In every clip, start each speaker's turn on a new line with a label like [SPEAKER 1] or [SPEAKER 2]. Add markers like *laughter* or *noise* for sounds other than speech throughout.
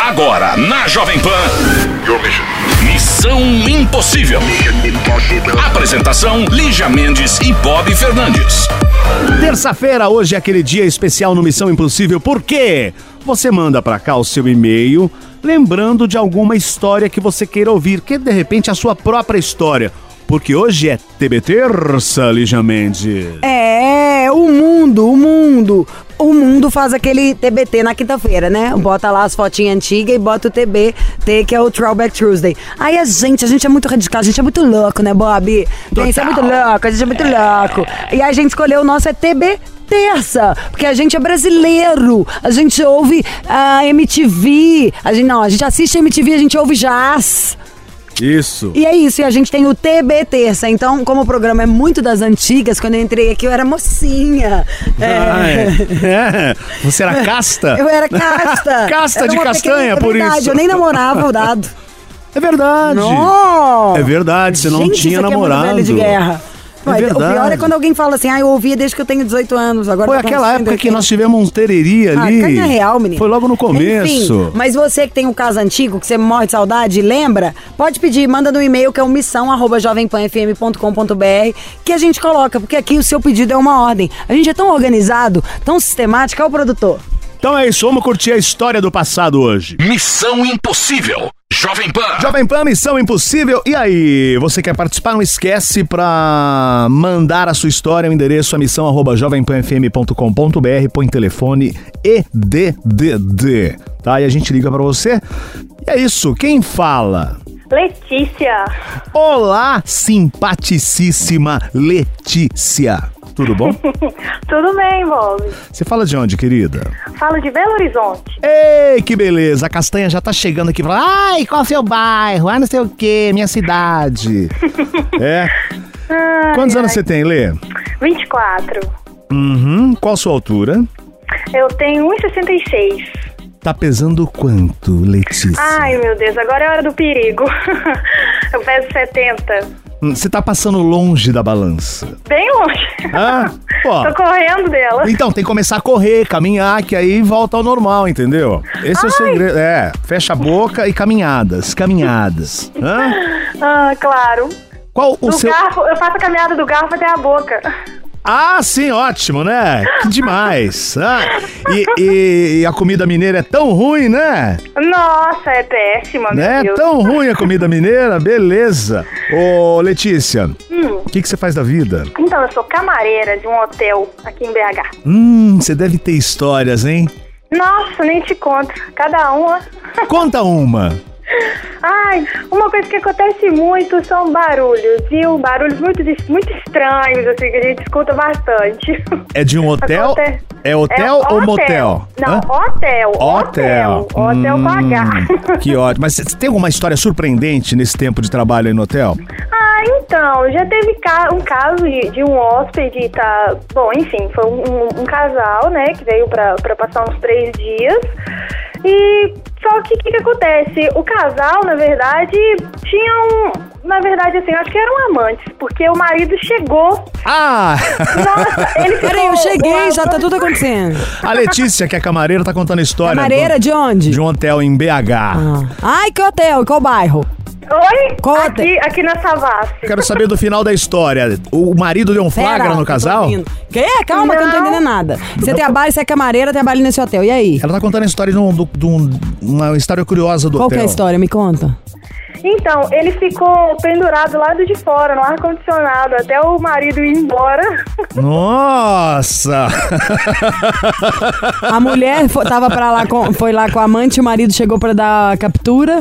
[SPEAKER 1] Agora, na Jovem Pan. Missão Impossível. Apresentação: Lígia Mendes e Bob Fernandes.
[SPEAKER 2] Terça-feira, hoje é aquele dia especial no Missão Impossível, por quê? Você manda pra cá o seu e-mail, lembrando de alguma história que você queira ouvir, que de repente é a sua própria história. Porque hoje é TB Terça, Lígia Mendes.
[SPEAKER 3] É, o mundo, o mundo. O mundo faz aquele TBT na quinta-feira, né? Bota lá as fotinhas antigas e bota o TBT, que é o Throwback Tuesday. Aí a gente, a gente é muito radical, a gente é muito louco, né, Bob? A gente é muito louco, a gente é muito louco. E aí a gente escolheu o nosso é TB terça, porque a gente é brasileiro, a gente ouve ah, a MTV, a gente não, a gente assiste MTV, a gente ouve jazz.
[SPEAKER 2] Isso.
[SPEAKER 3] E é isso, e a gente tem o TB Terça. Então, como o programa é muito das antigas, quando eu entrei aqui eu era mocinha. É,
[SPEAKER 2] Ah, *laughs* é. É. Você era casta?
[SPEAKER 3] Eu era casta.
[SPEAKER 2] *laughs* Casta
[SPEAKER 3] Era
[SPEAKER 2] de
[SPEAKER 3] uma
[SPEAKER 2] castanha,
[SPEAKER 3] pequena
[SPEAKER 2] por
[SPEAKER 3] celebridade,
[SPEAKER 2] isso.
[SPEAKER 3] Eu nem namorava
[SPEAKER 2] *laughs*
[SPEAKER 3] o dado.
[SPEAKER 2] É verdade.
[SPEAKER 3] Não!
[SPEAKER 2] É verdade, você não
[SPEAKER 3] Gente,
[SPEAKER 2] tinha
[SPEAKER 3] isso aqui é muito
[SPEAKER 2] namorado.
[SPEAKER 3] velho de guerra.
[SPEAKER 2] É
[SPEAKER 3] Ué, O pior
[SPEAKER 2] verdade.
[SPEAKER 3] é quando alguém fala assim, ah, eu ouvia desde que eu tenho 18 anos. Agora
[SPEAKER 2] Foi
[SPEAKER 3] tá
[SPEAKER 2] aquela
[SPEAKER 3] acontecendo
[SPEAKER 2] época que
[SPEAKER 3] aqui.
[SPEAKER 2] nós tivemos um tererê
[SPEAKER 3] Ah,
[SPEAKER 2] ali.
[SPEAKER 3] caga real, menino.
[SPEAKER 2] Foi logo no
[SPEAKER 3] Enfim,
[SPEAKER 2] começo.
[SPEAKER 3] mas você que tem um caso antigo, que você morre de saudade, lembra? Pode pedir, manda no e-mail que é o missão arroba jovempanfm.com.br que a gente coloca, porque aqui o seu pedido é uma ordem. A gente é tão organizado, tão sistemático, é o produtor.
[SPEAKER 2] Então é isso, vamos curtir a história do passado hoje.
[SPEAKER 1] Missão Impossível. Jovem Pan.
[SPEAKER 2] Jovem Pan, Missão Impossível. E aí, você quer participar? Não esquece pra mandar a sua história. O endereço é missão arroba jovempanfm.com.br. Põe telefone EDDD, tá? E a gente liga pra você. E é isso, quem fala?
[SPEAKER 4] Letícia,
[SPEAKER 2] Olá, simpaticíssima Letícia. Tudo bom?
[SPEAKER 4] tudo bem, Bob?
[SPEAKER 2] Você fala de onde, querida?
[SPEAKER 4] Falo de Belo Horizonte.
[SPEAKER 2] Ei, que beleza! A castanha já tá chegando aqui e fala: Ai, qual é o seu bairro? Ah, não sei o quê, minha
[SPEAKER 4] *laughs*
[SPEAKER 2] cidade. é.
[SPEAKER 4] Ai,
[SPEAKER 2] Quantos
[SPEAKER 4] ai.
[SPEAKER 2] anos você tem, Lê?
[SPEAKER 4] 24.
[SPEAKER 2] Uhum. Qual a sua altura?
[SPEAKER 4] Eu tenho 1,66.
[SPEAKER 2] Tá pesando quanto, Letícia?
[SPEAKER 4] Ai, meu Deus, agora é hora do perigo. *laughs* Eu peso 70.
[SPEAKER 2] Hum, Você tá passando longe da balança.
[SPEAKER 4] Bem longe.
[SPEAKER 2] Ah, pô.
[SPEAKER 4] Tô correndo dela.
[SPEAKER 2] Então, tem que começar a correr, caminhar, que aí volta ao normal, entendeu? Esse é o segredo. É, fecha a boca e caminhadas, caminhadas. Hã?
[SPEAKER 4] Ah, claro.
[SPEAKER 2] Qual o
[SPEAKER 4] Do
[SPEAKER 2] seu.
[SPEAKER 4] garfo, eu faço a caminhada do garfo até a boca.
[SPEAKER 2] Ah, sim, ótimo, né? Que demais. Ah, e, e- e a comida mineira é tão ruim, né?
[SPEAKER 4] Nossa, é péssima,
[SPEAKER 2] né?
[SPEAKER 4] meu Deus.
[SPEAKER 2] Tão ruim a comida mineira, beleza. Ô, Letícia,
[SPEAKER 4] Hum,
[SPEAKER 2] o que, que você faz da vida?
[SPEAKER 4] então, eu sou camareira de um hotel aqui em BH.
[SPEAKER 2] Hum, você deve ter histórias, hein?
[SPEAKER 4] Nossa, nem te conto. Cada uma.
[SPEAKER 2] Conta uma.
[SPEAKER 4] Ai, uma coisa que acontece muito são barulhos, viu? Barulhos muito, muito estranhos, assim, que a gente escuta bastante.
[SPEAKER 2] É de um hotel?
[SPEAKER 4] Acontece.
[SPEAKER 2] É hotel ou motel?
[SPEAKER 4] Não,
[SPEAKER 2] Hã?
[SPEAKER 4] hotel. Hotel. Hotel
[SPEAKER 2] Hum,
[SPEAKER 4] com *laughs* H.
[SPEAKER 2] Que ótimo. Mas você tem alguma história surpreendente nesse tempo de trabalho aí no hotel?
[SPEAKER 4] Ah, então, já teve ca- um caso de, de um hóspede, tá? Bom, enfim, foi um, um- um casal, né, que veio pra, pra passar uns três dias. E só que o que, que acontece? O casal, na verdade, tinha um. Na verdade, assim, eu acho que eram amantes, porque o marido
[SPEAKER 3] *laughs*
[SPEAKER 4] chegou.
[SPEAKER 2] Ah! *laughs*
[SPEAKER 4] Nossa, ele ficou.
[SPEAKER 3] Peraí, eu cheguei, já tá tudo acontecendo.
[SPEAKER 2] A Letícia, que é camareira, tá contando a história.
[SPEAKER 3] Camareira
[SPEAKER 2] do-
[SPEAKER 3] de onde? Ah.
[SPEAKER 2] de um hotel em BH.
[SPEAKER 3] Ai, que hotel, qual bairro?
[SPEAKER 4] Oi?
[SPEAKER 3] Conta.
[SPEAKER 4] Aqui, aqui na Savassi.
[SPEAKER 2] Quero saber do final da história. O marido deu um flagra
[SPEAKER 3] Pera,
[SPEAKER 2] no
[SPEAKER 3] eu tô
[SPEAKER 2] casal?
[SPEAKER 3] ouvindo. Quê? Calma que eu não tô
[SPEAKER 4] Não.
[SPEAKER 3] entendendo nada. Você trabalha, você é camareira, trabalha nesse hotel, e aí?
[SPEAKER 2] Ela tá contando a história de, um, do- de um- uma história curiosa do
[SPEAKER 3] Qual que
[SPEAKER 2] hotel.
[SPEAKER 3] é a história? Me conta.
[SPEAKER 4] Então, ele ficou pendurado lá do de fora, no ar-condicionado, até o marido ir embora. *laughs*
[SPEAKER 2] Nossa! *laughs*
[SPEAKER 3] A mulher fo- tava pra lá com, foi lá com a amante, o marido chegou pra dar a captura.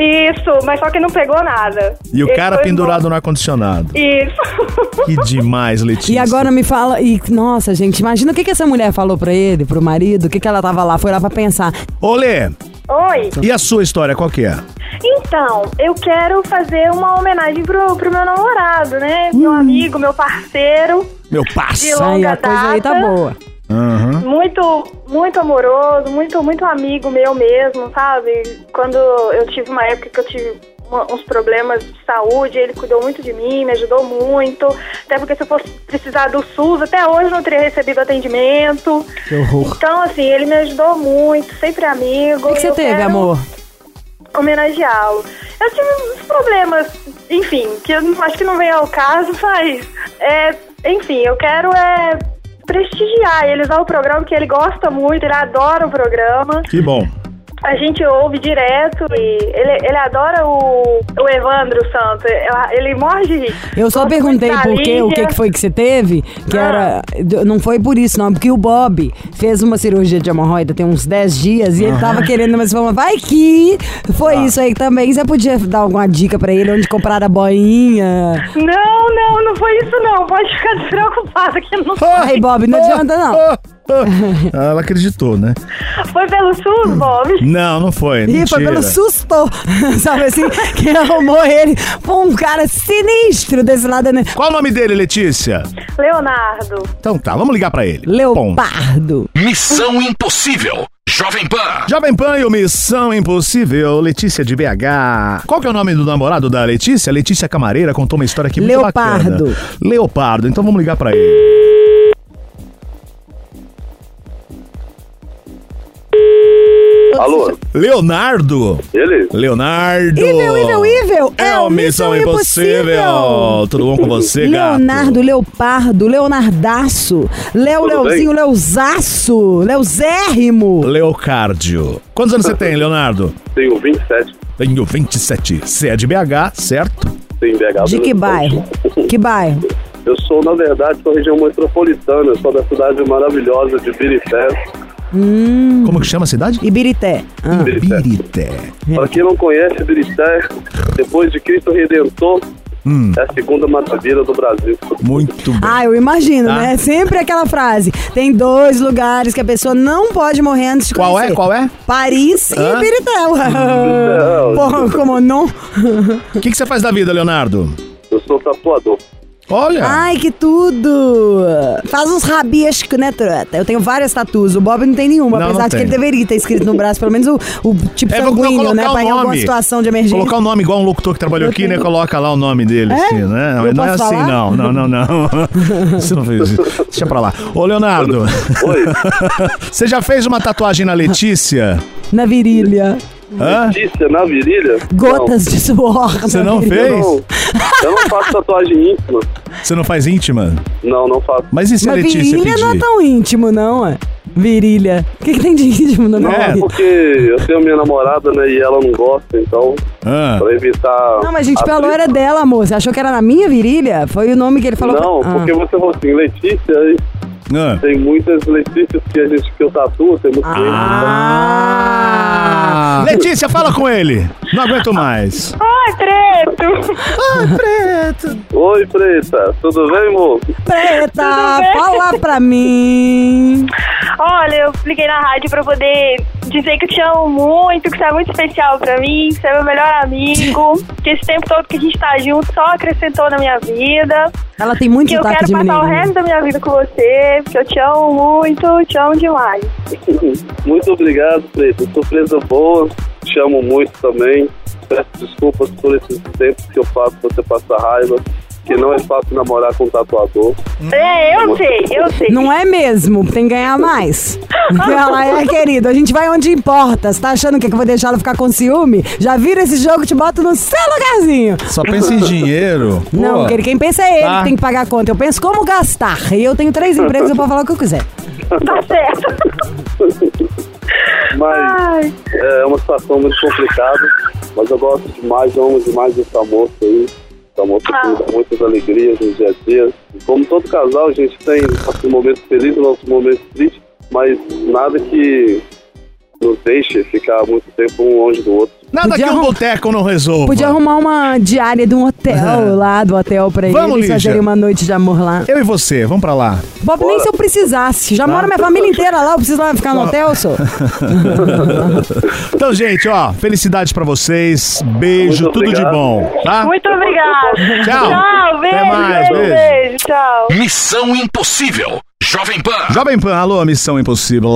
[SPEAKER 4] Isso, mas só que não pegou nada.
[SPEAKER 2] E o
[SPEAKER 4] Ele
[SPEAKER 2] cara
[SPEAKER 4] foi
[SPEAKER 2] pendurado no ar-condicionado.
[SPEAKER 4] embora. Isso.
[SPEAKER 2] Que demais, Letícia.
[SPEAKER 3] E agora me fala. E, nossa, gente, imagina o que, que essa mulher falou pra ele, pro marido, o que, que ela tava lá, foi lá pra pensar.
[SPEAKER 2] Olê,
[SPEAKER 4] *laughs* Oi.
[SPEAKER 2] e a sua história, qual que é?
[SPEAKER 4] Então, eu quero fazer uma homenagem pro, pro meu namorado, né? Meu
[SPEAKER 2] Hum.
[SPEAKER 4] amigo, meu parceiro.
[SPEAKER 2] Meu parça.
[SPEAKER 4] Eu-
[SPEAKER 3] Aí,
[SPEAKER 4] Longa
[SPEAKER 3] a coisa aí tá
[SPEAKER 4] data.
[SPEAKER 3] boa.
[SPEAKER 2] Aham.
[SPEAKER 4] Muito, muito amoroso, muito, muito amigo meu mesmo, sabe? Quando eu tive uma época que eu tive uma- uns problemas de saúde, ele cuidou muito de mim, me ajudou muito. Até porque se eu fosse precisar do SUS, até hoje eu não teria recebido atendimento.
[SPEAKER 2] Que horror.
[SPEAKER 4] Então, assim, ele me ajudou muito, sempre amigo.
[SPEAKER 3] O que, que você
[SPEAKER 4] Eu
[SPEAKER 3] teve,
[SPEAKER 4] quero
[SPEAKER 3] amor?
[SPEAKER 4] homenageá-lo. Eu tive uns problemas, enfim, que eu não- acho que não vem ao caso, mas. é, enfim, eu quero é, prestigiar ele, usar o programa, que ele gosta muito, ele adora o programa.
[SPEAKER 2] Que bom.
[SPEAKER 4] A gente ouve direto e ele, ele adora o, o Evandro Santos. eu- Ele morre de rir.
[SPEAKER 3] Eu só
[SPEAKER 4] Gosta
[SPEAKER 3] perguntei
[SPEAKER 4] muito da
[SPEAKER 3] por quê, o que,
[SPEAKER 4] Lígia.
[SPEAKER 3] que foi que você teve, que
[SPEAKER 4] Ah.
[SPEAKER 3] era. Não foi por isso, não, porque o Bob fez uma cirurgia de hemorroida tem uns 10 dias e ele tava querendo, mas falou, vai que foi isso aí também. Você podia dar alguma dica pra ele onde comprar a boinha?
[SPEAKER 4] Não, não, não foi isso não. Pode ficar *laughs* despreocupada que eu não
[SPEAKER 3] *laughs* Ai, Bob, não adianta não.
[SPEAKER 2] *laughs* Ela acreditou, né?
[SPEAKER 4] foi pelo SUS, Bob.
[SPEAKER 2] Não, não foi.
[SPEAKER 3] E foi pelo susto, *laughs* sabe assim, que arrumou ele Pô, um cara sinistro desse lado, né?
[SPEAKER 2] Qual o nome dele, Letícia?
[SPEAKER 4] Leonardo.
[SPEAKER 2] Então tá, vamos ligar pra ele. Ponto.
[SPEAKER 3] Leopardo.
[SPEAKER 1] Missão Impossível. Jovem Pan.
[SPEAKER 2] Jovem Pan e o Missão Impossível, Letícia de BH. Qual que é o nome do namorado da Letícia? Letícia Camareira contou uma história aqui muito
[SPEAKER 3] Leopardo.
[SPEAKER 2] bacana. Leopardo. Então vamos ligar pra ele.
[SPEAKER 5] Alô,
[SPEAKER 2] Leonardo.
[SPEAKER 5] ele?
[SPEAKER 2] Leonardo.
[SPEAKER 3] Ivel, Ivel, Ivel,
[SPEAKER 2] É o Missão Impossível. Tudo bom com você, gato?
[SPEAKER 3] Leonardo, Leopardo, Leonardaço, Léo
[SPEAKER 5] Tudo
[SPEAKER 3] Leozinho,
[SPEAKER 5] bem?
[SPEAKER 3] Leozaço, Leozérrimo.
[SPEAKER 2] Leocárdio. Quantos anos você tem, Leonardo?
[SPEAKER 5] Tenho 27,
[SPEAKER 2] Tenho 27. Você é de BH, certo?
[SPEAKER 5] tenho BH.
[SPEAKER 3] De que
[SPEAKER 5] Belo
[SPEAKER 3] bairro?
[SPEAKER 5] Horizonte.
[SPEAKER 3] Que bairro?
[SPEAKER 5] *laughs* Eu sou, na verdade, sou região metropolitana, eu sou da cidade maravilhosa de Birité.
[SPEAKER 2] Como que chama a cidade?
[SPEAKER 3] Ibirité.
[SPEAKER 2] Hum.
[SPEAKER 3] Ah,
[SPEAKER 5] Birité.
[SPEAKER 2] Ibirité.
[SPEAKER 3] É.
[SPEAKER 5] Pra quem não conhece Birité, depois de Cristo Redentor,
[SPEAKER 3] Hum.
[SPEAKER 5] é a segunda maravilha do Brasil.
[SPEAKER 2] Muito bem.
[SPEAKER 3] Ah, eu imagino,
[SPEAKER 2] Tá.
[SPEAKER 3] né? Sempre aquela frase. Tem dois lugares que a pessoa não pode morrer antes de
[SPEAKER 2] Qual é?
[SPEAKER 3] conhecer.
[SPEAKER 2] Qual é?
[SPEAKER 3] Paris
[SPEAKER 2] Hã?
[SPEAKER 3] e Ibirité. Porra, como não?
[SPEAKER 2] O que, que você faz da vida, Leonardo?
[SPEAKER 5] Eu sou tatuador.
[SPEAKER 2] Olha.
[SPEAKER 3] Ai, que tudo! Faz uns rabias, né, trota? Eu tenho várias tatuas. O Bob não tem nenhuma,
[SPEAKER 2] Não,
[SPEAKER 3] apesar
[SPEAKER 2] não
[SPEAKER 3] de que
[SPEAKER 2] tem.
[SPEAKER 3] ele deveria ter escrito no braço, pelo menos o, o tipo
[SPEAKER 2] É, vou
[SPEAKER 3] sanguíneo,
[SPEAKER 2] colocar
[SPEAKER 3] né?
[SPEAKER 2] o
[SPEAKER 3] Pra em alguma
[SPEAKER 2] nome.
[SPEAKER 3] situação de emergência.
[SPEAKER 2] Colocar o nome igual um locutor que trabalhou aqui, né? Coloca lá o nome dele, assim, né? Não,
[SPEAKER 3] Eu
[SPEAKER 2] não é
[SPEAKER 3] posso
[SPEAKER 2] assim,
[SPEAKER 3] falar?
[SPEAKER 2] não. Não, não,
[SPEAKER 3] *laughs*
[SPEAKER 2] não. Você não fez isso. Deixa pra lá. Ô, Leonardo,
[SPEAKER 5] Oi,
[SPEAKER 2] *laughs* você já fez uma tatuagem na Letícia?
[SPEAKER 3] Na virilha.
[SPEAKER 2] Hã?
[SPEAKER 5] Letícia, na virilha?
[SPEAKER 3] Gotas de suor.
[SPEAKER 2] Você
[SPEAKER 3] na
[SPEAKER 2] não
[SPEAKER 3] virilha.
[SPEAKER 5] Não, eu
[SPEAKER 2] fez?
[SPEAKER 5] não, eu não faço tatuagem íntima.
[SPEAKER 2] Você não faz íntima?
[SPEAKER 5] Não, não faço.
[SPEAKER 2] Mas e se a
[SPEAKER 3] Mas
[SPEAKER 2] Letícia
[SPEAKER 3] virilha não é
[SPEAKER 2] pedir?
[SPEAKER 3] tão íntimo, não, ué. Virilha. O que, que tem de íntimo no
[SPEAKER 5] Não,
[SPEAKER 3] nome?
[SPEAKER 2] É.
[SPEAKER 5] porque eu tenho minha namorada, né, e ela não gosta, então,
[SPEAKER 2] Hã?
[SPEAKER 5] pra evitar...
[SPEAKER 3] Não, mas gente,
[SPEAKER 5] a
[SPEAKER 3] pelo
[SPEAKER 5] treta-
[SPEAKER 3] era dela, amor. Você achou que era na minha virilha? Foi o nome que ele falou.
[SPEAKER 5] Não,
[SPEAKER 3] Ah.
[SPEAKER 5] porque você falou assim, Letícia, e
[SPEAKER 2] Hã?
[SPEAKER 5] tem muitas Letícias que a gente que eu tatuo, tem né? muitos
[SPEAKER 3] Ah!
[SPEAKER 2] Letícia, fala com ele. Não aguento mais.
[SPEAKER 4] Ai, treto!
[SPEAKER 5] Oi, Preta, tudo bem, amor? *laughs*
[SPEAKER 3] Preta,
[SPEAKER 4] Tudo bem?
[SPEAKER 3] fala pra mim.
[SPEAKER 4] Olha, eu liguei na rádio pra poder dizer que eu te amo muito, que você é muito especial pra mim, que você é meu melhor
[SPEAKER 3] *laughs*
[SPEAKER 4] amigo, que esse tempo todo que a gente tá junto só acrescentou na minha vida,
[SPEAKER 3] Ela tem muito
[SPEAKER 4] que eu
[SPEAKER 3] sotaque
[SPEAKER 4] quero
[SPEAKER 3] de
[SPEAKER 4] passar
[SPEAKER 3] mineiro.
[SPEAKER 4] o
[SPEAKER 3] né?
[SPEAKER 4] resto da minha vida com você, porque eu te amo muito, te amo demais.
[SPEAKER 5] Muito obrigado, Preta, surpresa boa, te amo muito também, peço desculpas por esses tempos que eu faço você passar raiva, que não é fácil namorar com um tatuador.
[SPEAKER 2] Hum.
[SPEAKER 4] É, eu sei, eu sei.
[SPEAKER 3] Não é mesmo, tem que ganhar mais. Ela é, querido, a gente vai onde importa. Você tá achando que, que eu vou deixar ela ficar com ciúme? Já vira esse jogo, te boto no seu lugarzinho.
[SPEAKER 2] Só pensa em dinheiro.
[SPEAKER 3] Não,
[SPEAKER 2] Pô.
[SPEAKER 3] querido, quem pensa é ele
[SPEAKER 2] Tá.
[SPEAKER 3] que tem que pagar a conta. Eu penso como gastar. E eu tenho três empregos, eu posso falar o que eu quiser. *laughs*
[SPEAKER 4] Tá certo.
[SPEAKER 5] Mas
[SPEAKER 4] Ai.
[SPEAKER 5] é uma situação muito complicada, mas eu gosto demais, eu amo demais dessa moça aí. Essa moça
[SPEAKER 3] Ah.
[SPEAKER 5] que me dá muitas alegrias no dia a dia. E como todo casal, a gente tem nossos momentos felizes, nossos momentos tristes, mas nada que nos deixe ficar muito tempo um longe do outro.
[SPEAKER 2] Nada
[SPEAKER 3] Podia
[SPEAKER 2] que um
[SPEAKER 3] arrum-
[SPEAKER 2] boteco não resolva.
[SPEAKER 3] Podia arrumar uma diária de um hotel lá, do hotel pra
[SPEAKER 2] Vamos,
[SPEAKER 3] eles
[SPEAKER 2] Lígia.
[SPEAKER 3] fazerem uma noite de amor lá.
[SPEAKER 2] Eu e você, vamos pra lá.
[SPEAKER 3] Bob, nem se eu precisasse. Já mora
[SPEAKER 2] Tá,
[SPEAKER 3] minha família inteira lá, eu preciso lá ficar no hotel, só.
[SPEAKER 2] Então, gente, ó, felicidades pra vocês. Beijo,
[SPEAKER 5] Muito
[SPEAKER 2] tudo de
[SPEAKER 5] obrigado.
[SPEAKER 2] bom, tá?
[SPEAKER 4] Muito
[SPEAKER 5] Eu
[SPEAKER 4] obrigada.
[SPEAKER 5] posso-
[SPEAKER 2] Tchau.
[SPEAKER 4] Tchau,
[SPEAKER 2] Até
[SPEAKER 4] beijo,
[SPEAKER 2] mais,
[SPEAKER 4] beijo,
[SPEAKER 2] beijo.
[SPEAKER 4] beijo, tchau.
[SPEAKER 1] Missão Impossível. Jovem Pan.
[SPEAKER 2] Jovem Pan, alô, Missão Impossível.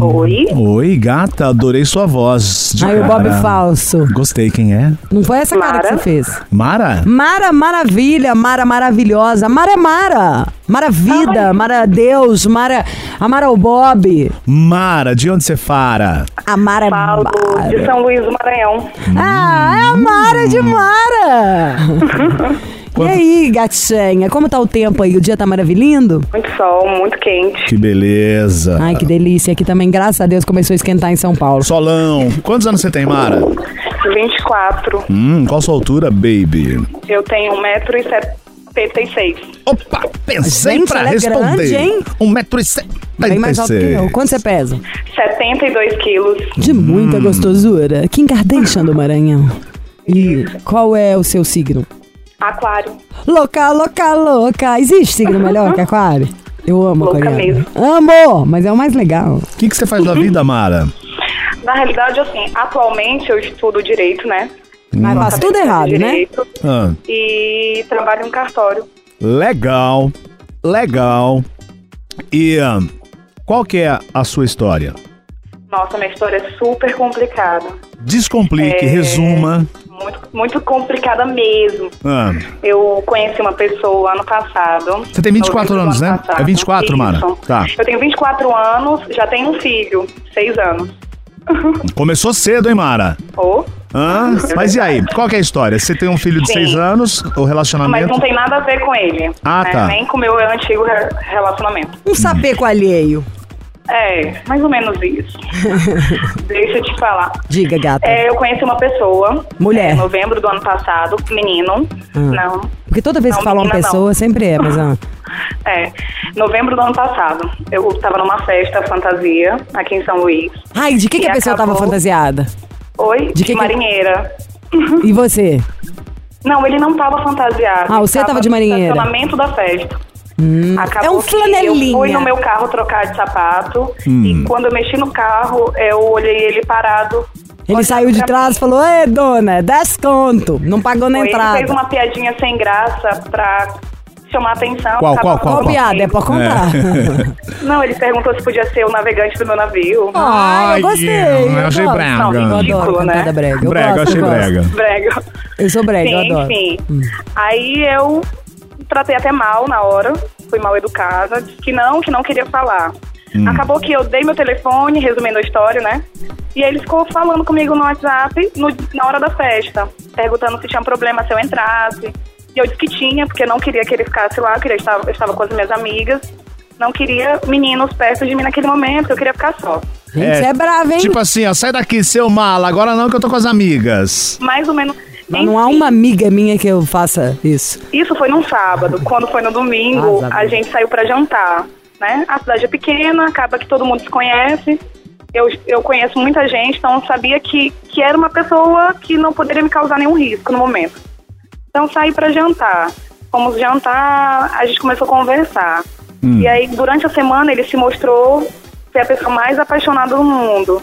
[SPEAKER 6] Oi?
[SPEAKER 2] Oi, gata, adorei sua voz. de
[SPEAKER 3] Aí o Bob
[SPEAKER 2] cara.
[SPEAKER 3] falso.
[SPEAKER 2] Gostei, quem é?
[SPEAKER 3] Não foi essa cara que
[SPEAKER 6] Mara?
[SPEAKER 3] você fez.
[SPEAKER 2] Mara?
[SPEAKER 3] Mara maravilha, Mara maravilhosa. Mara é Mara. Mara vida, Mara Deus, Mara. A Mara é o Bob.
[SPEAKER 2] Mara, de onde você fara?
[SPEAKER 3] A Mara é
[SPEAKER 6] Falo de
[SPEAKER 3] Mara.
[SPEAKER 6] São Luís do Maranhão.
[SPEAKER 3] Ah, é a Mara de Mara. E aí, gatinha, como tá o tempo aí? O dia tá maravilhando?
[SPEAKER 6] Muito sol, muito quente.
[SPEAKER 2] Que beleza.
[SPEAKER 3] Ai, que delícia. Aqui também, graças a Deus, começou a esquentar em São Paulo.
[SPEAKER 2] Solão, quantos anos você tem, Mara?
[SPEAKER 6] 24.
[SPEAKER 2] Hum, qual sua altura, baby?
[SPEAKER 6] Eu
[SPEAKER 4] um
[SPEAKER 6] tenho 1,76m.
[SPEAKER 2] Opa, pensei
[SPEAKER 3] Gente,
[SPEAKER 2] pra
[SPEAKER 3] ela é
[SPEAKER 2] responder.
[SPEAKER 3] grande, hein?
[SPEAKER 2] Um metro e se-
[SPEAKER 3] Bem mais alto que eu. Quanto você pesa?
[SPEAKER 6] 72 quilos.
[SPEAKER 3] De muita gostosura. Kim Kardashian do Maranhão. E qual é o seu signo?
[SPEAKER 6] Aquário.
[SPEAKER 3] Louca, louca, louca. Existe signo melhor que aquário? Eu amo
[SPEAKER 6] Louca
[SPEAKER 3] aquariano.
[SPEAKER 6] mesmo.
[SPEAKER 3] Amo, mas é o mais legal.
[SPEAKER 2] O que, que você faz da vida, Mara?
[SPEAKER 6] Na realidade, assim, atualmente eu estudo direito, né?
[SPEAKER 2] Hum.
[SPEAKER 3] Mas faz tudo errado, né?
[SPEAKER 6] direito,
[SPEAKER 2] Ah,
[SPEAKER 6] E trabalho em cartório.
[SPEAKER 2] legal, legal. E ah, qual que é a sua história?
[SPEAKER 6] Nossa, minha história é super complicada.
[SPEAKER 2] Descomplique,
[SPEAKER 6] É.
[SPEAKER 2] resuma.
[SPEAKER 6] Muito, muito complicada mesmo.
[SPEAKER 2] Ah,
[SPEAKER 6] Eu conheci uma pessoa ano passado.
[SPEAKER 2] Você tem 24
[SPEAKER 6] novembro do
[SPEAKER 2] anos,
[SPEAKER 6] ano
[SPEAKER 2] né?
[SPEAKER 6] passado.
[SPEAKER 2] É 24,
[SPEAKER 6] Isso.
[SPEAKER 2] Mara? Tá.
[SPEAKER 6] Eu tenho 24 anos, já tenho um filho, 6 anos.
[SPEAKER 2] começou cedo, hein, Mara?
[SPEAKER 6] Ou.
[SPEAKER 2] Hã? Mas e aí, qual que é a história? Você tem um filho de
[SPEAKER 6] Sim.
[SPEAKER 2] 6 anos, o
[SPEAKER 6] Mas não
[SPEAKER 2] relacionamento.
[SPEAKER 6] tem nada a ver com ele.
[SPEAKER 2] Ah,
[SPEAKER 6] né?
[SPEAKER 2] tá.
[SPEAKER 6] Nem com o meu antigo re- relacionamento.
[SPEAKER 3] Um sapeco alheio.
[SPEAKER 6] É, mais ou menos
[SPEAKER 3] *laughs*
[SPEAKER 6] isso. Deixa eu te falar.
[SPEAKER 3] Diga, gata.
[SPEAKER 6] É, eu conheci uma pessoa.
[SPEAKER 3] Mulher. Hum.
[SPEAKER 6] Em novembro do ano passado, menino. Não.
[SPEAKER 3] Porque toda vez que
[SPEAKER 6] Não,
[SPEAKER 3] fala uma
[SPEAKER 6] menina, não.
[SPEAKER 3] pessoa, sempre é, mas ah,
[SPEAKER 6] É, novembro do ano passado. Eu tava numa festa fantasia aqui em São Luís.
[SPEAKER 3] Ai, de que, que
[SPEAKER 6] E
[SPEAKER 3] a pessoa
[SPEAKER 6] acabou.
[SPEAKER 3] tava fantasiada?
[SPEAKER 6] Oi?
[SPEAKER 3] De que que-
[SPEAKER 6] marinheira.
[SPEAKER 3] E você?
[SPEAKER 6] Não, ele não tava fantasiado.
[SPEAKER 3] Ah, você
[SPEAKER 6] Ele
[SPEAKER 3] tava de marinheira.
[SPEAKER 6] No estacionamento da festa. Acabou
[SPEAKER 3] é um
[SPEAKER 6] que
[SPEAKER 3] flanelinha.
[SPEAKER 6] Eu fui no meu carro trocar de sapato. E quando eu mexi no carro, eu olhei ele parado.
[SPEAKER 3] Ele
[SPEAKER 6] Olhando
[SPEAKER 3] saiu de
[SPEAKER 6] pra
[SPEAKER 3] trás e
[SPEAKER 6] mim.
[SPEAKER 3] falou: Ê, dona, desconto. Não pagou na
[SPEAKER 6] Foi, Ele
[SPEAKER 3] entrada.
[SPEAKER 6] fez uma piadinha sem graça pra chamar atenção.
[SPEAKER 2] Qual, qual,
[SPEAKER 6] acabou que eu
[SPEAKER 3] Qual
[SPEAKER 6] não
[SPEAKER 3] piada?
[SPEAKER 6] sei.
[SPEAKER 3] É pra contar.
[SPEAKER 2] É.
[SPEAKER 6] *laughs* Não, ele perguntou se podia ser o navegante do meu navio.
[SPEAKER 3] Ai,
[SPEAKER 2] Ai,
[SPEAKER 3] Ah, eu gostei.
[SPEAKER 2] eu
[SPEAKER 3] eu
[SPEAKER 2] achei
[SPEAKER 3] gosto.
[SPEAKER 2] brega.
[SPEAKER 3] Eu adoro
[SPEAKER 6] Ridículo,
[SPEAKER 3] cantada
[SPEAKER 6] né?
[SPEAKER 3] brega. Eu
[SPEAKER 2] brega,
[SPEAKER 3] gosto,
[SPEAKER 2] eu achei
[SPEAKER 3] eu gosto.
[SPEAKER 2] brega.
[SPEAKER 6] Brega.
[SPEAKER 3] Eu sou brega, eu
[SPEAKER 6] Sim,
[SPEAKER 3] adoro. Hum.
[SPEAKER 6] sim. Aí eu tratei até mal na hora, fui mal educada, disse que não, que não queria falar.
[SPEAKER 3] Hum.
[SPEAKER 6] Acabou que eu dei meu telefone, resumindo a história, né? E aí ele ficou falando comigo no WhatsApp no- na hora da festa, perguntando se tinha um problema se eu entrasse. E eu disse que tinha, porque eu não queria que ele ficasse lá, eu, queria estar, eu estava com as minhas amigas. Não queria meninos perto de mim naquele momento, eu queria ficar só.
[SPEAKER 3] Gente, você é brava, hein?
[SPEAKER 2] Tipo assim, ó, sai daqui, seu mala, agora não que eu tô com as amigas.
[SPEAKER 6] Mais ou menos.
[SPEAKER 3] Mas não há
[SPEAKER 6] Enfim.
[SPEAKER 3] uma amiga minha que eu faça isso.
[SPEAKER 6] Isso foi num sábado. Quando foi no domingo,
[SPEAKER 3] Arrasa,
[SPEAKER 6] a
[SPEAKER 3] Bia.
[SPEAKER 6] gente saiu pra jantar, né? A cidade é pequena, acaba que todo mundo se conhece. Eu, eu conheço muita gente, então eu sabia que, que era uma pessoa que não poderia me causar nenhum risco no momento. Então saí pra jantar. Fomos jantar, a gente começou a conversar. E aí, durante a semana, ele se mostrou ser a pessoa mais apaixonada do mundo.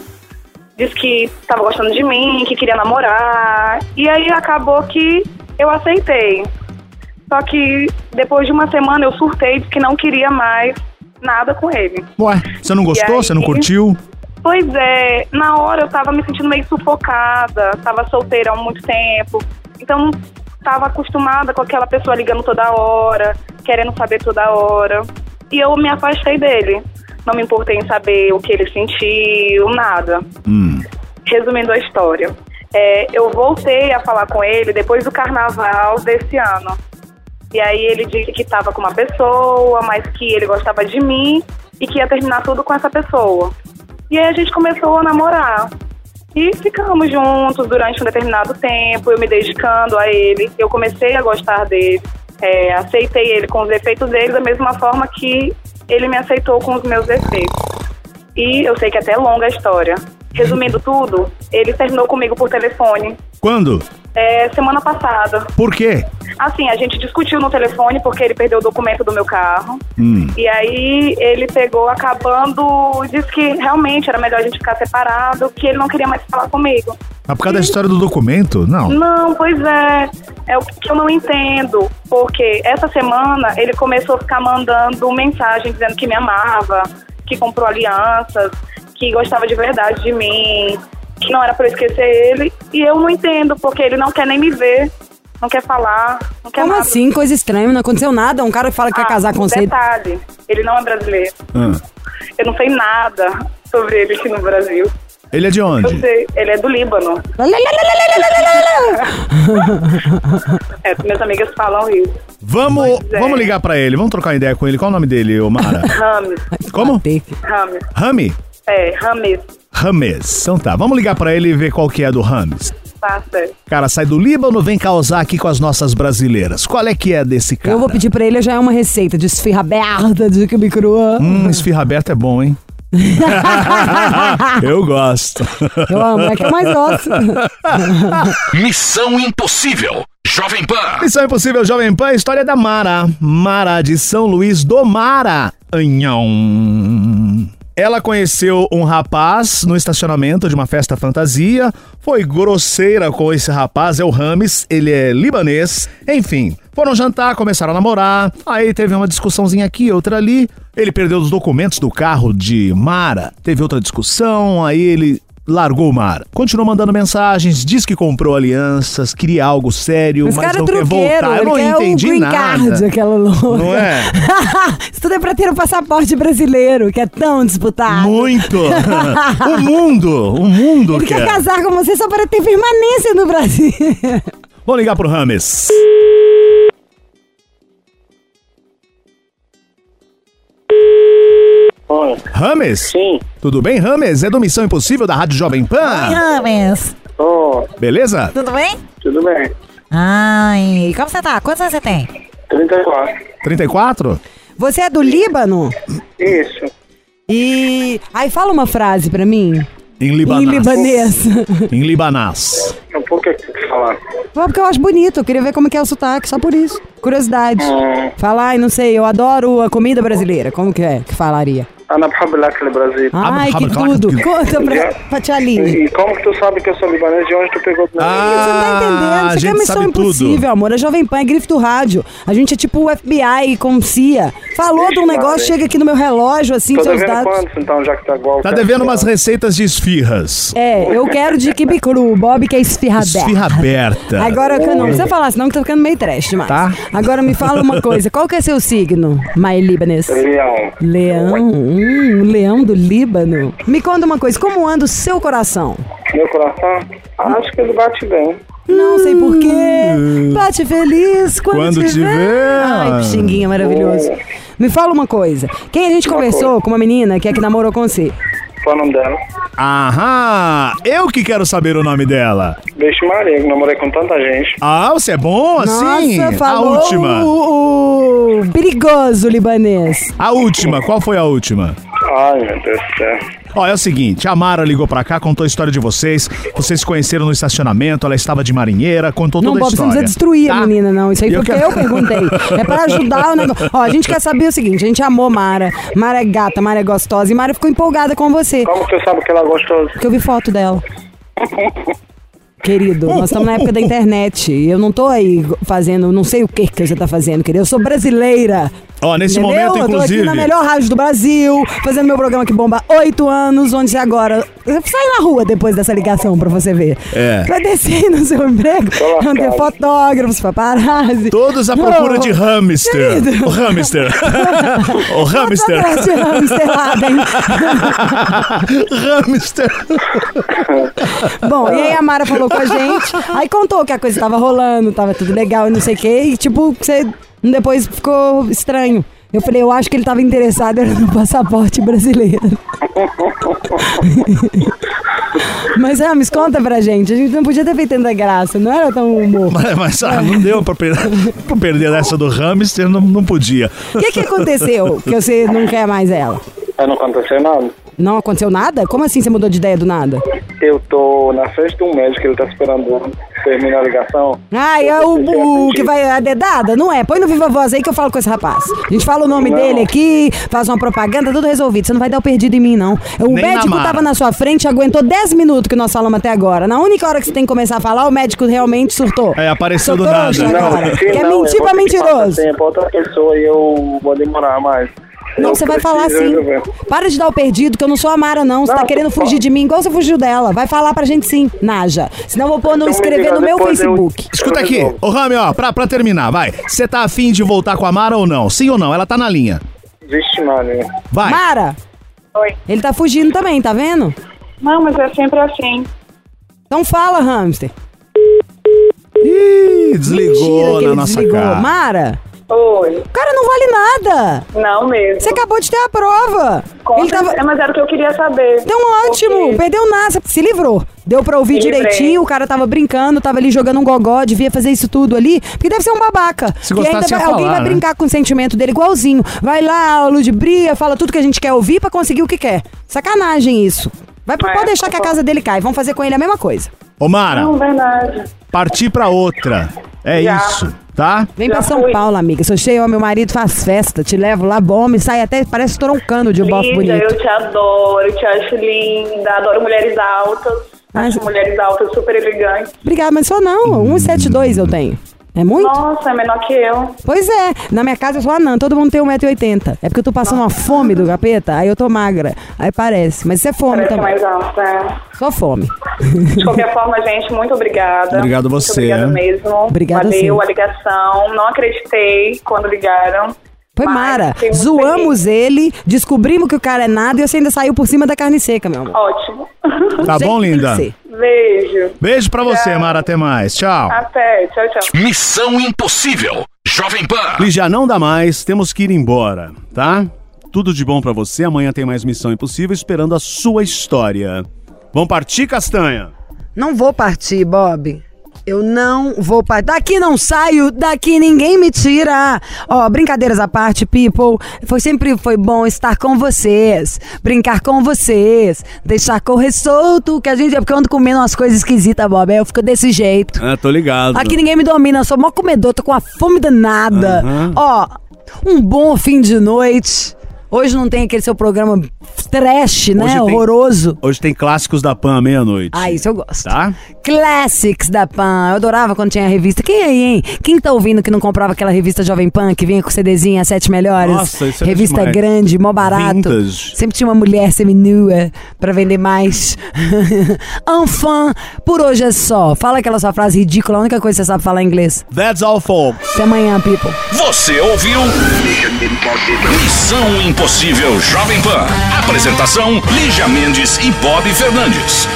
[SPEAKER 6] Disse que tava gostando de mim, que queria namorar. E aí acabou que eu aceitei. Só que depois de uma semana eu surtei, disse que não queria mais nada com ele.
[SPEAKER 2] Ué, você não
[SPEAKER 6] E
[SPEAKER 2] gostou?
[SPEAKER 6] aí?
[SPEAKER 2] Você não curtiu?
[SPEAKER 6] Pois é, na hora eu tava me sentindo meio sufocada, tava solteira há muito tempo. Então tava acostumada com aquela pessoa ligando toda hora, querendo saber toda hora. E eu me afastei dele. Não me importei em saber o que ele sentiu, nada.
[SPEAKER 2] Hum.
[SPEAKER 6] Resumindo a história. é, eu voltei a falar com ele depois do carnaval desse ano. E aí ele disse que estava com uma pessoa, mas que ele gostava de mim e que ia terminar tudo com essa pessoa. E aí a gente começou a namorar. E ficamos juntos durante um determinado tempo, eu me dedicando a ele, eu comecei a gostar dele, é, aceitei ele com os defeitos dele da mesma forma que ele me aceitou com os meus defeitos. E eu sei que é até longa a história. Resumindo tudo, ele terminou comigo por telefone
[SPEAKER 2] Quando?
[SPEAKER 6] é, semana passada.
[SPEAKER 2] Por quê?
[SPEAKER 6] Assim, a gente discutiu no telefone porque ele perdeu o documento do meu carro.
[SPEAKER 2] Hum.
[SPEAKER 6] E aí ele pegou acabando, disse que realmente era melhor a gente ficar separado, que ele não queria mais falar comigo.
[SPEAKER 2] Mas Ah, por causa da história do documento? Não.
[SPEAKER 6] Não, pois é. É o que eu não entendo. Porque essa semana ele começou a ficar mandando mensagem dizendo que me amava, que comprou alianças, que gostava de verdade de mim, que não era pra eu esquecer ele. E eu não entendo, porque ele não quer nem me ver, não quer falar, não quer
[SPEAKER 3] Como
[SPEAKER 6] nada.
[SPEAKER 3] assim? Coisa estranha, não aconteceu nada. Um cara que fala que
[SPEAKER 6] Ah,
[SPEAKER 3] quer casar com
[SPEAKER 7] tá-
[SPEAKER 3] você.
[SPEAKER 6] Detalhe, ele não é brasileiro.
[SPEAKER 2] Ah.
[SPEAKER 6] Eu não sei nada sobre ele aqui no Brasil.
[SPEAKER 2] Ele é de
[SPEAKER 6] Eu
[SPEAKER 2] onde?
[SPEAKER 6] sei, ele é do Líbano. É, minhas amigas falam isso.
[SPEAKER 2] Vamos,
[SPEAKER 6] é.
[SPEAKER 2] vamos ligar pra ele, vamos trocar uma ideia com ele. Qual o nome dele,
[SPEAKER 3] *laughs*
[SPEAKER 2] Omara?
[SPEAKER 6] Rames,
[SPEAKER 2] Como?
[SPEAKER 3] Bater.
[SPEAKER 6] Rames,
[SPEAKER 2] Rami?
[SPEAKER 6] é, Rames,
[SPEAKER 2] Rames. Então tá, vamos ligar pra ele e ver qual que é do Rames.
[SPEAKER 6] tá certo.
[SPEAKER 2] Cara, sai do Líbano, vem causar aqui com as nossas brasileiras. Qual é que é desse cara?
[SPEAKER 3] Eu vou pedir pra ele, já é uma receita de esfirra aberta, de que crua.
[SPEAKER 2] Hum, esfirra aberta é bom,
[SPEAKER 3] *laughs*
[SPEAKER 2] hein? *laughs* Eu gosto.
[SPEAKER 3] Eu amo, é que eu mais gosto.
[SPEAKER 2] *laughs*
[SPEAKER 1] Missão Impossível. Jovem Pan.
[SPEAKER 2] Missão Impossível Jovem Pan, história da Mara. Mara de São Luís do Maranhão. Ela conheceu um rapaz no estacionamento de uma festa fantasia, foi grosseira com esse rapaz, é o Rames, ele é libanês. Enfim, foram jantar, começaram a namorar, aí teve uma discussãozinha aqui, outra ali. Ele perdeu os documentos do carro de Mara, teve outra discussão, aí ele largou o mar. Continuou mandando mensagens, diz que comprou alianças, queria algo sério,
[SPEAKER 3] Esse
[SPEAKER 2] mas
[SPEAKER 3] cara é
[SPEAKER 2] não quer voltar.
[SPEAKER 3] truqueiro,
[SPEAKER 2] Eu
[SPEAKER 3] ele
[SPEAKER 2] não
[SPEAKER 3] quer o
[SPEAKER 2] entendi
[SPEAKER 3] green card,
[SPEAKER 2] nada.
[SPEAKER 3] aquela louca.
[SPEAKER 2] Não é?
[SPEAKER 3] *laughs* Isso tudo é pra ter um passaporte brasileiro, que é tão disputado.
[SPEAKER 2] Muito! o mundo! O mundo
[SPEAKER 3] Ele quer
[SPEAKER 2] quer.
[SPEAKER 3] casar com você só para ter permanência no Brasil.
[SPEAKER 2] Vamos ligar pro Rames.
[SPEAKER 8] Oi,
[SPEAKER 2] Rames?
[SPEAKER 8] sim.
[SPEAKER 2] Tudo bem, Rames? É do Missão Impossível da Rádio Jovem Pan?
[SPEAKER 7] Rames,
[SPEAKER 8] Ô,
[SPEAKER 2] Beleza?
[SPEAKER 7] Ah, tudo bem?
[SPEAKER 8] tudo bem?
[SPEAKER 7] Ai, como você tá? Quantos anos você tem?
[SPEAKER 8] 34.
[SPEAKER 2] 34?
[SPEAKER 3] Você é do Líbano?
[SPEAKER 8] Isso.
[SPEAKER 3] E. Aí fala uma frase pra mim.
[SPEAKER 2] Em
[SPEAKER 3] Em
[SPEAKER 2] Libanás.
[SPEAKER 3] libanês. *laughs*
[SPEAKER 2] Em Libanás.
[SPEAKER 8] Um pouco aqui que falar.
[SPEAKER 3] Foi porque eu acho bonito, eu queria ver como que é o sotaque, só por isso. Curiosidade.
[SPEAKER 8] Hum.
[SPEAKER 3] Fala, ai, não sei, eu adoro a comida brasileira. Como que é que falaria?
[SPEAKER 8] Ana Pablac Tá no Brasil.
[SPEAKER 3] Ai,
[SPEAKER 2] Abra-
[SPEAKER 3] que
[SPEAKER 2] abra- abra-
[SPEAKER 3] tudo.
[SPEAKER 2] abra-
[SPEAKER 3] Conta
[SPEAKER 8] *laughs*
[SPEAKER 3] pra, pra Tia Aline.
[SPEAKER 8] E como que tu sabe que eu sou libanês? De onde tu pegou o meu
[SPEAKER 2] Ah.
[SPEAKER 8] nome?
[SPEAKER 3] Você não tá
[SPEAKER 2] Ah,
[SPEAKER 3] entendendo?
[SPEAKER 2] a
[SPEAKER 3] Isso aqui é
[SPEAKER 2] gente
[SPEAKER 3] missão
[SPEAKER 2] sabe tudo.
[SPEAKER 3] impossível, amor. A Jovem Pan é grife do rádio. A gente é tipo o FBI com CIA. Falou de um
[SPEAKER 8] Ixi,
[SPEAKER 3] negócio,
[SPEAKER 8] Maria.
[SPEAKER 3] chega aqui no meu relógio, assim,
[SPEAKER 8] Tô
[SPEAKER 3] seus
[SPEAKER 8] devendo
[SPEAKER 3] dados.
[SPEAKER 8] quantos, então, já que tá igual.
[SPEAKER 2] Tá devendo umas receitas de esfirras.
[SPEAKER 3] É, eu quero de kibe cru, Bob que é esfirra
[SPEAKER 2] Esfirra aberta.
[SPEAKER 3] Agora, que eu não precisa falar, senão que tá ficando meio trash demais.
[SPEAKER 2] Tá.
[SPEAKER 3] Agora me fala uma coisa, qual que é seu signo, My Libanês?
[SPEAKER 8] Leão.
[SPEAKER 3] Leão, hum, leão do Líbano. Me conta uma coisa, como anda o seu coração?
[SPEAKER 8] Meu coração? Acho que ele bate bem.
[SPEAKER 3] Não sei porquê. Bate feliz quando,
[SPEAKER 2] Hum. Quando
[SPEAKER 3] te,
[SPEAKER 2] te
[SPEAKER 3] ver.
[SPEAKER 2] ver.
[SPEAKER 3] Ai, que xinguinha maravilhoso. Me fala uma coisa. Quem a gente conversou com uma menina que é que namorou com você?
[SPEAKER 8] Qual o nome dela?
[SPEAKER 2] Aham! Eu que quero saber o nome dela.
[SPEAKER 8] Beijo Maria, que namorei com tanta gente.
[SPEAKER 2] Ah, você é bom assim?
[SPEAKER 3] Nossa, falou
[SPEAKER 2] a última.
[SPEAKER 3] O, o perigoso libanês.
[SPEAKER 2] A última, qual foi a última?
[SPEAKER 8] Ai, meu Deus do céu.
[SPEAKER 2] Ó, é o seguinte, a Mara ligou pra cá, contou a história de vocês, vocês se conheceram no estacionamento, ela estava de marinheira, contou
[SPEAKER 3] Não,
[SPEAKER 2] toda a
[SPEAKER 3] Bob, você não
[SPEAKER 2] história.
[SPEAKER 3] precisa destruir
[SPEAKER 2] tá?
[SPEAKER 3] a menina, não. Isso aí
[SPEAKER 2] E
[SPEAKER 3] foi
[SPEAKER 2] eu
[SPEAKER 3] porque
[SPEAKER 2] quero-
[SPEAKER 3] eu perguntei. É pra ajudar o negócio. Ó, a gente quer saber o seguinte: a gente amou Mara. Mara é gata, Mara é gostosa. E Mara ficou empolgada com você.
[SPEAKER 8] Como que tu sabe que ela é gostosa?
[SPEAKER 3] Porque eu vi foto dela. Querido, nós estamos na época da internet. Eu não tô aí fazendo, não sei o que que você tá fazendo, querido. Eu sou brasileira.
[SPEAKER 2] Ó, nesse
[SPEAKER 3] entendeu?
[SPEAKER 2] momento,
[SPEAKER 3] eu tô aqui
[SPEAKER 2] inclusive,
[SPEAKER 3] na melhor rádio do Brasil, fazendo meu programa que bomba há oito anos, onde agora. Sai na rua depois dessa ligação pra você ver.
[SPEAKER 2] É.
[SPEAKER 3] Vai descer no seu emprego,
[SPEAKER 8] Tô
[SPEAKER 3] vão ter
[SPEAKER 8] lascado.
[SPEAKER 3] fotógrafos, paparazzi.
[SPEAKER 2] todos à procura de hamster.
[SPEAKER 3] Querido.
[SPEAKER 2] O
[SPEAKER 3] *laughs*
[SPEAKER 2] hamster. o
[SPEAKER 3] hamster.
[SPEAKER 2] hamster.
[SPEAKER 3] de hamster lá, hein?
[SPEAKER 2] *laughs* hamster.
[SPEAKER 3] Bom, e aí a Mara falou com a gente, aí contou que a coisa tava rolando, tava tudo legal e não sei o quê, e tipo, você depois ficou estranho. Eu falei, eu acho que ele tava interessado era no passaporte brasileiro. *laughs* Mas, Rames, conta pra gente. A gente não podia ter feito tanta graça, não era tão humor.
[SPEAKER 2] Mas, mas, ah, não deu pra perder, pra perder essa do hamster, não, não podia.
[SPEAKER 3] O que, que aconteceu que você não quer mais ela?
[SPEAKER 8] Aí não aconteceu nada.
[SPEAKER 3] Não aconteceu nada? Como assim você mudou de ideia do nada?
[SPEAKER 8] Eu tô na frente de um médico, ele tá esperando terminar a ligação.
[SPEAKER 3] Ai, é o, o que vai a dedada? Não é? Põe no Viva Voz aí que eu falo com esse rapaz. A gente fala o nome
[SPEAKER 8] Não.
[SPEAKER 3] dele aqui, faz uma propaganda, tudo resolvido. Você não vai dar o perdido em mim, não. O
[SPEAKER 2] Nem na
[SPEAKER 3] médico
[SPEAKER 2] Mara.
[SPEAKER 3] tava na sua frente, aguentou 10 minutos que nós falamos até agora. Na única hora que você tem que começar a falar, o médico realmente surtou.
[SPEAKER 2] É, apareceu
[SPEAKER 3] Sou
[SPEAKER 2] do
[SPEAKER 3] trouxa
[SPEAKER 2] nada.
[SPEAKER 3] agora.
[SPEAKER 8] se
[SPEAKER 3] Quer
[SPEAKER 8] eu
[SPEAKER 3] mentir
[SPEAKER 8] vou
[SPEAKER 3] pra
[SPEAKER 8] ter que passar
[SPEAKER 3] é mentiroso.
[SPEAKER 8] tempo, outra pessoa e eu vou demorar mais.
[SPEAKER 3] Não,
[SPEAKER 8] Eu
[SPEAKER 3] você vai falar
[SPEAKER 8] preciso
[SPEAKER 3] assim.
[SPEAKER 8] resolver.
[SPEAKER 3] Para de dar o perdido, que eu não sou a Mara, não. Você tá
[SPEAKER 8] Não,
[SPEAKER 3] querendo
[SPEAKER 8] tô-
[SPEAKER 3] fugir de mim, igual você fugiu dela. Vai falar pra gente sim, Naja. Senão eu vou pôr no
[SPEAKER 8] Então,
[SPEAKER 3] escrever
[SPEAKER 8] menina,
[SPEAKER 3] no meu
[SPEAKER 8] depois eu-
[SPEAKER 3] Facebook.
[SPEAKER 2] Escuta
[SPEAKER 8] eu
[SPEAKER 2] aqui,
[SPEAKER 8] resolvo.
[SPEAKER 2] ô Rami, ó, pra, pra terminar, vai. Você tá afim de voltar com a Mara ou não? Sim ou não? Ela tá na linha.
[SPEAKER 8] Vixe, Maria.
[SPEAKER 2] Vai.
[SPEAKER 3] Mara,
[SPEAKER 6] Oi.
[SPEAKER 3] ele tá fugindo também, tá vendo?
[SPEAKER 6] Não, mas é sempre assim.
[SPEAKER 3] Então fala, hamster.
[SPEAKER 2] Ih, desligou
[SPEAKER 3] Mentira que
[SPEAKER 2] na
[SPEAKER 3] ele
[SPEAKER 2] nossa
[SPEAKER 3] desligou.
[SPEAKER 2] cara.
[SPEAKER 3] Mara,
[SPEAKER 6] Oi.
[SPEAKER 3] o cara não vale nada.
[SPEAKER 6] Não mesmo.
[SPEAKER 3] Você acabou de ter a prova.
[SPEAKER 6] Com
[SPEAKER 3] Ele tava...
[SPEAKER 6] certeza, Mas era o que eu queria saber.
[SPEAKER 3] Então ótimo,
[SPEAKER 6] Porque-
[SPEAKER 3] perdeu nada, se livrou. Deu pra ouvir
[SPEAKER 6] Me livrei.
[SPEAKER 3] direitinho, o cara tava brincando, tava ali jogando um gogó, devia fazer isso tudo ali, porque deve ser um babaca.
[SPEAKER 2] Se
[SPEAKER 3] que
[SPEAKER 2] gostasse,
[SPEAKER 3] ainda vai-
[SPEAKER 2] ia
[SPEAKER 3] alguém
[SPEAKER 2] falar,
[SPEAKER 3] vai
[SPEAKER 2] né?
[SPEAKER 3] brincar com o sentimento dele igualzinho. Vai lá, ludibria, fala tudo que a gente quer ouvir pra conseguir o que quer. Sacanagem isso. Vai pra-
[SPEAKER 6] É,
[SPEAKER 3] pode deixar que a
[SPEAKER 6] concordo.
[SPEAKER 3] casa dele cai, vão fazer com ele a mesma coisa.
[SPEAKER 2] Ô Mara,
[SPEAKER 6] Não, verdade.
[SPEAKER 2] partir pra outra. É
[SPEAKER 6] Já.
[SPEAKER 2] isso, tá?
[SPEAKER 3] Vem
[SPEAKER 6] Já
[SPEAKER 3] pra São
[SPEAKER 6] fui.
[SPEAKER 3] Paulo, amiga. Sou cheio, ó, meu marido faz festa, te levo lá, bom, e sai até, parece troncando de um bofe
[SPEAKER 6] Linda,
[SPEAKER 3] bonito.
[SPEAKER 6] eu te adoro, eu te acho linda, adoro mulheres altas.
[SPEAKER 3] Ah,
[SPEAKER 6] Acho
[SPEAKER 3] você-
[SPEAKER 6] mulheres altas super elegantes.
[SPEAKER 3] Obrigada, mas só não, 172 eu tenho. É muito?
[SPEAKER 6] Nossa, é menor que eu.
[SPEAKER 3] Pois é, na minha casa eu sou anã, todo mundo tem 1,80m. É porque eu tô passando uma fome do capeta, aí eu tô magra. Aí parece, mas isso é fome
[SPEAKER 6] Parece que é
[SPEAKER 3] também.
[SPEAKER 6] mais alta. é.
[SPEAKER 3] Só fome. *laughs*
[SPEAKER 6] De qualquer forma, gente, muito obrigada.
[SPEAKER 2] Obrigado você.
[SPEAKER 6] Muito obrigada mesmo.
[SPEAKER 3] Obrigada
[SPEAKER 6] Valeu
[SPEAKER 3] você.
[SPEAKER 6] a ligação. Não acreditei quando ligaram.
[SPEAKER 3] Foi
[SPEAKER 6] mas
[SPEAKER 3] Mara,
[SPEAKER 6] fiquei muito
[SPEAKER 3] zoamos ele, descobrimos que o cara é nada e você ainda saiu por cima da carne seca, meu
[SPEAKER 6] feliz.
[SPEAKER 3] amor.
[SPEAKER 6] Ótimo. *laughs*
[SPEAKER 2] Tá
[SPEAKER 3] Do jeito
[SPEAKER 2] bom,
[SPEAKER 3] que tem
[SPEAKER 2] linda?
[SPEAKER 3] que ser.
[SPEAKER 6] Beijo.
[SPEAKER 2] Beijo pra você,
[SPEAKER 6] Tchau.
[SPEAKER 2] Mara. Até mais. Tchau.
[SPEAKER 6] Até. Tchau, tchau.
[SPEAKER 1] Missão Impossível. Jovem Pan.
[SPEAKER 2] Lígia, não dá mais, temos que ir embora, tá? Tudo de bom pra você, amanhã tem mais Missão Impossível esperando a sua história. Vamos partir, Castanha?
[SPEAKER 3] Não vou partir, Bob. Eu não vou partir. Daqui não saio, daqui ninguém me tira. Ó, brincadeiras à parte, people. Foi sempre foi bom estar com vocês, brincar com vocês, deixar correr solto, que a gente é porque eu ando comendo umas coisas esquisitas, Bob. Aí eu fico desse jeito.
[SPEAKER 2] Ah, tô ligado.
[SPEAKER 3] Aqui ninguém me domina, eu sou mó comedor, tô com uma fome danada.
[SPEAKER 2] Aham.
[SPEAKER 3] Ó, um bom fim de noite. Hoje não tem aquele seu programa trash, né?
[SPEAKER 2] Hoje tem-
[SPEAKER 3] Horroroso.
[SPEAKER 2] Hoje tem clássicos da Pan à meia-noite.
[SPEAKER 3] Ah, isso eu gosto.
[SPEAKER 2] Tá?
[SPEAKER 3] Classics da Pan. Eu adorava quando tinha a revista. Quem aí, hein? Quem tá ouvindo que não comprava aquela revista Jovem Pan que vinha com CDzinha as Sete Melhores?
[SPEAKER 2] Nossa, isso é
[SPEAKER 3] Revista
[SPEAKER 2] demais.
[SPEAKER 3] grande, mó barato.
[SPEAKER 2] Vintage.
[SPEAKER 3] Sempre tinha uma mulher seminua pra vender mais. *laughs* Anfã, por hoje é só. Fala aquela sua frase ridícula, a única coisa que você sabe falar em inglês.
[SPEAKER 2] That's all, folks.
[SPEAKER 3] Até amanhã, people.
[SPEAKER 1] Você ouviu? Missão Impossível Jovem Pan. Apresentação: Lígia Mendes e Bob Fernandes.